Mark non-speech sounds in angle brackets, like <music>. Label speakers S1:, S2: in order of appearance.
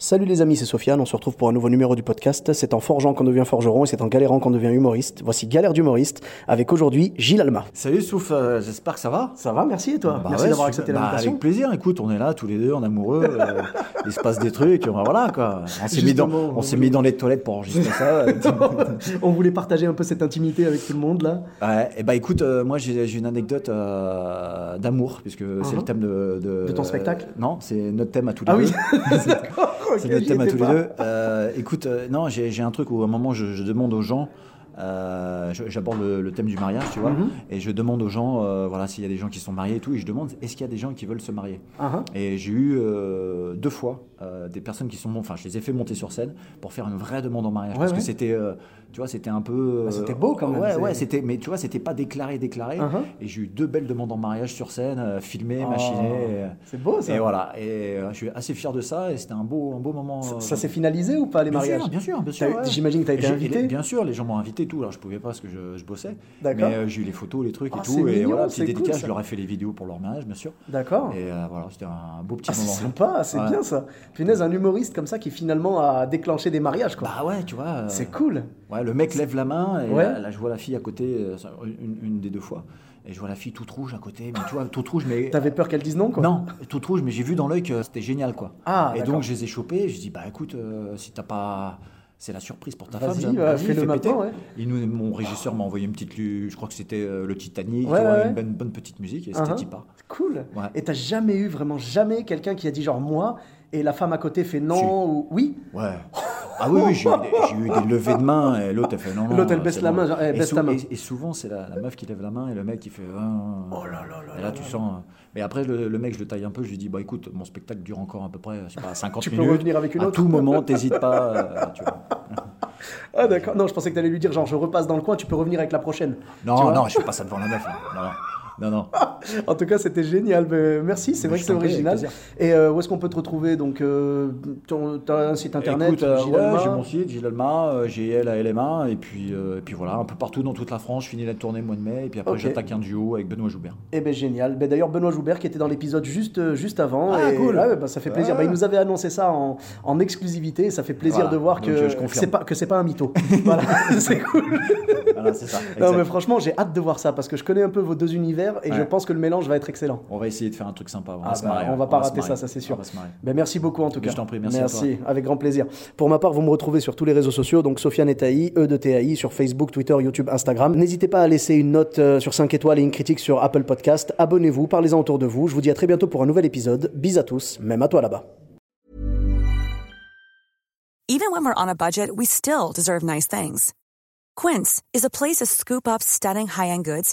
S1: Salut les amis, c'est Sofiane, on se retrouve pour un nouveau numéro du podcast. C'est en forgeant qu'on devient forgeron et c'est en galérant qu'on devient humoriste. Voici Galère d'humoriste avec aujourd'hui Gilles Alma.
S2: Salut Souf, euh, j'espère que ça va.
S1: Ça va, merci et toi
S2: Bah
S1: Merci
S2: ouais,
S1: d'avoir
S2: super.
S1: accepté
S2: Bah,
S1: l'invitation.
S2: Avec plaisir, écoute, on est là tous les deux en amoureux,
S1: <laughs>
S2: euh, il se passe des trucs, on va- voilà quoi. On s'est mis, dans,
S1: Justement,
S2: on s'est
S1: oui.
S2: mis dans les toilettes pour enregistrer ça.
S1: <laughs> on voulait partager un peu cette intimité avec tout le monde
S2: <laughs>
S1: là.
S2: Ouais, et bah écoute, euh, moi j'ai j'ai une anecdote euh, d'amour, puisque c'est le thème de,
S1: Uh-huh. De ton spectacle
S2: Non, c'est notre thème à tous les
S1: Ah
S2: deux.
S1: oui, <laughs> d'accord. ok,
S2: C'est notre
S1: j'y
S2: thème à
S1: étais
S2: tous les
S1: pas.
S2: deux. Euh, écoute, euh, non, j'ai j'ai un truc où à un moment je, je demande aux gens, euh, je- j'aborde le, le thème du mariage, tu vois,
S1: Mhm.
S2: et je demande aux gens, euh, voilà, s'il y a des gens qui sont mariés et tout, et je demande, est-ce qu'il y a des gens qui veulent se marier
S1: Ah, ah.
S2: Et j'ai eu euh, deux fois euh, des personnes qui sont, enfin, je les ai fait monter sur scène pour faire une vraie demande en mariage,
S1: Ouais,
S2: parce
S1: ouais.
S2: que c'était, euh, tu vois, c'était un peu, euh,
S1: c'était beau quand même,
S2: Ouais,
S1: c'est-
S2: ouais, c'était, mais tu vois, c'était pas déclaré, déclaré.
S1: Uh-huh. Oh,
S2: Et j'ai eu deux belles demandes en mariage sur scène, euh, filmées, machinées. et-
S1: C'est beau ça.
S2: et voilà, et euh, je suis assez fier de ça, et c'était un beau, un beau moment.
S1: Ça,
S2: euh,
S1: ça s'est finalisé ou pas les
S2: bien
S1: mariages
S2: sûr, bien sûr, bien
S1: T'as
S2: sûr.
S1: eu-
S2: ouais.
S1: J'imagine que t'as
S2: Et
S1: été
S2: j'ai-
S1: invité.
S2: et Bien sûr, les gens m'ont invité et tout. Alors je pouvais pas parce que je, je bossais.
S1: D'accord.
S2: Mais euh, j'ai eu les photos, les trucs
S1: Ah,
S2: et
S1: c'est
S2: tout. et
S1: mignon,
S2: voilà,
S1: c'est
S2: petite
S1: cool,
S2: dédicace,
S1: ça.
S2: je leur ai fait les vidéos pour leur mariage, bien sûr.
S1: D'accord.
S2: Et euh, voilà, c'était un beau petit
S1: Ah, c'est
S2: moment.
S1: sympa, c'est
S2: Ouais.
S1: bien ça. Punaise, un humoriste comme ça qui finalement a déclenché des mariages quoi.
S2: Bah ouais, tu vois. euh,
S1: c'est cool.
S2: Ouais, le mec lève la main et
S1: Ouais.
S2: là, là, je vois la fille à côté, euh, une, une des deux fois. Et je vois la fille toute rouge à côté, mais tu vois, toute rouge, mais.
S1: T'avais peur qu'elle dise non quoi
S2: Non, toute rouge, mais j'ai vu dans l'œil que c'était génial, quoi.
S1: Ah,
S2: et
S1: d'accord.
S2: donc je les ai chopés, et je dis bah écoute, euh, si t'as pas, c'est la surprise pour ta
S1: Vas-y,
S2: femme.
S1: ouais,
S2: j'aime. Vas-y,
S1: fais-le
S2: fais
S1: maintenant,
S2: péter.
S1: ouais.
S2: Et nous, mon régisseur m'a envoyé une petite, lu- je crois que c'était euh, le Titanic,
S1: Ouais,
S2: tu vois,
S1: ouais, ouais.
S2: une bonne, bonne petite musique, et
S1: Ah,
S2: c'était
S1: ah.
S2: Tipa.
S1: Cool.
S2: Ouais.
S1: Et t'as jamais eu vraiment jamais quelqu'un qui a dit genre moi et la femme à côté fait non ou oui
S2: Ouais. Ah oui, oui, j'ai eu, des- j'ai eu des levées de main et l'autre elle fait non. non,
S1: L'autre, elle
S2: euh,
S1: baisse
S2: c'est
S1: la
S2: bon.
S1: main, genre, eh,
S2: et,
S1: baisse ta main.
S2: et- et souvent c'est la, la meuf qui lève la main et le mec qui fait. oh là là là. Et là tu sens. euh, Mais après le, le mec je le taille un peu, je lui dis bah écoute mon spectacle dure encore à peu près je sais pas 50
S1: Tu peux
S2: minutes.
S1: revenir avec une
S2: à
S1: autre. <laughs>
S2: tout moment t'hésites pas. euh, tu vois.
S1: Ah d'accord. Non, je pensais que t'allais lui dire genre je repasse dans le coin, tu peux revenir avec la prochaine. Tu
S2: Non
S1: vois
S2: non je fais pas ça devant la meuf. là. Non non non. non.
S1: En tout cas, c'était génial. Mais euh, Merci, c'est vrai
S2: je
S1: que c'est
S2: t'en prie,
S1: original.
S2: avec
S1: Et euh, où est-ce qu'on peut te retrouver Donc, euh, ton- t'as un site internet
S2: Écoute, euh,
S1: Gilles
S2: ouais,
S1: Alma.
S2: j'ai mon site, Gilles Alma, euh, j'ai elle à LMA, et puis, euh, et puis voilà, un peu partout dans toute la France. Je finis la tournée au mois de mai, et puis après
S1: Ok.
S2: j'attaque un duo avec Benoît Joubert.
S1: Eh ben génial. Ben, D'ailleurs, Benoît Joubert qui était dans l'épisode juste, euh, juste avant.
S2: Ah,
S1: et
S2: cool.
S1: ouais, ben, ça fait plaisir.
S2: Ouais.
S1: Ben, il nous avait annoncé ça en, en exclusivité. Et ça fait plaisir
S2: Voilà.
S1: de voir
S2: Donc,
S1: que
S2: je- je confirme.
S1: c'est pas que c'est pas un mytho. <laughs> voilà, c'est
S2: <laughs>
S1: cool.
S2: Voilà, c'est ça.
S1: Non,
S2: exact.
S1: mais franchement, j'ai hâte de voir ça parce que je connais un peu vos deux univers et je
S2: Ouais.
S1: pense que le mélange va être excellent.
S2: On va essayer de faire un truc sympa. On
S1: Ah
S2: va, se
S1: bah,
S2: marrer,
S1: on va pas
S2: se
S1: rater ça,
S2: marrer.
S1: ça c'est sûr.
S2: On va se marrer.
S1: Ben, merci beaucoup en tout cas.
S2: je t'en prie, merci à
S1: avec grand plaisir. Pour ma part, vous me retrouvez sur tous les réseaux sociaux, donc Sofiane et Taï, E de TAI, sur Facebook, Twitter, YouTube, Instagram. N'hésitez pas à laisser une note euh, sur 5 étoiles et une critique sur Apple Podcast. Abonnez-vous, parlez-en autour de vous. Je vous dis à très bientôt pour un nouvel épisode. Bis à tous, même à toi là-bas.
S3: Even when we're on a budget, we still deserve nice things. Quince is a place to scoop up stunning high-end goods